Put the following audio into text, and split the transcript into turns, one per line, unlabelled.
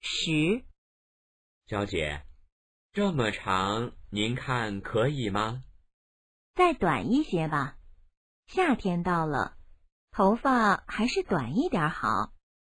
十，
小姐，这么长，您看可以吗？
再短一些吧。夏天到了，头发还是短一点好。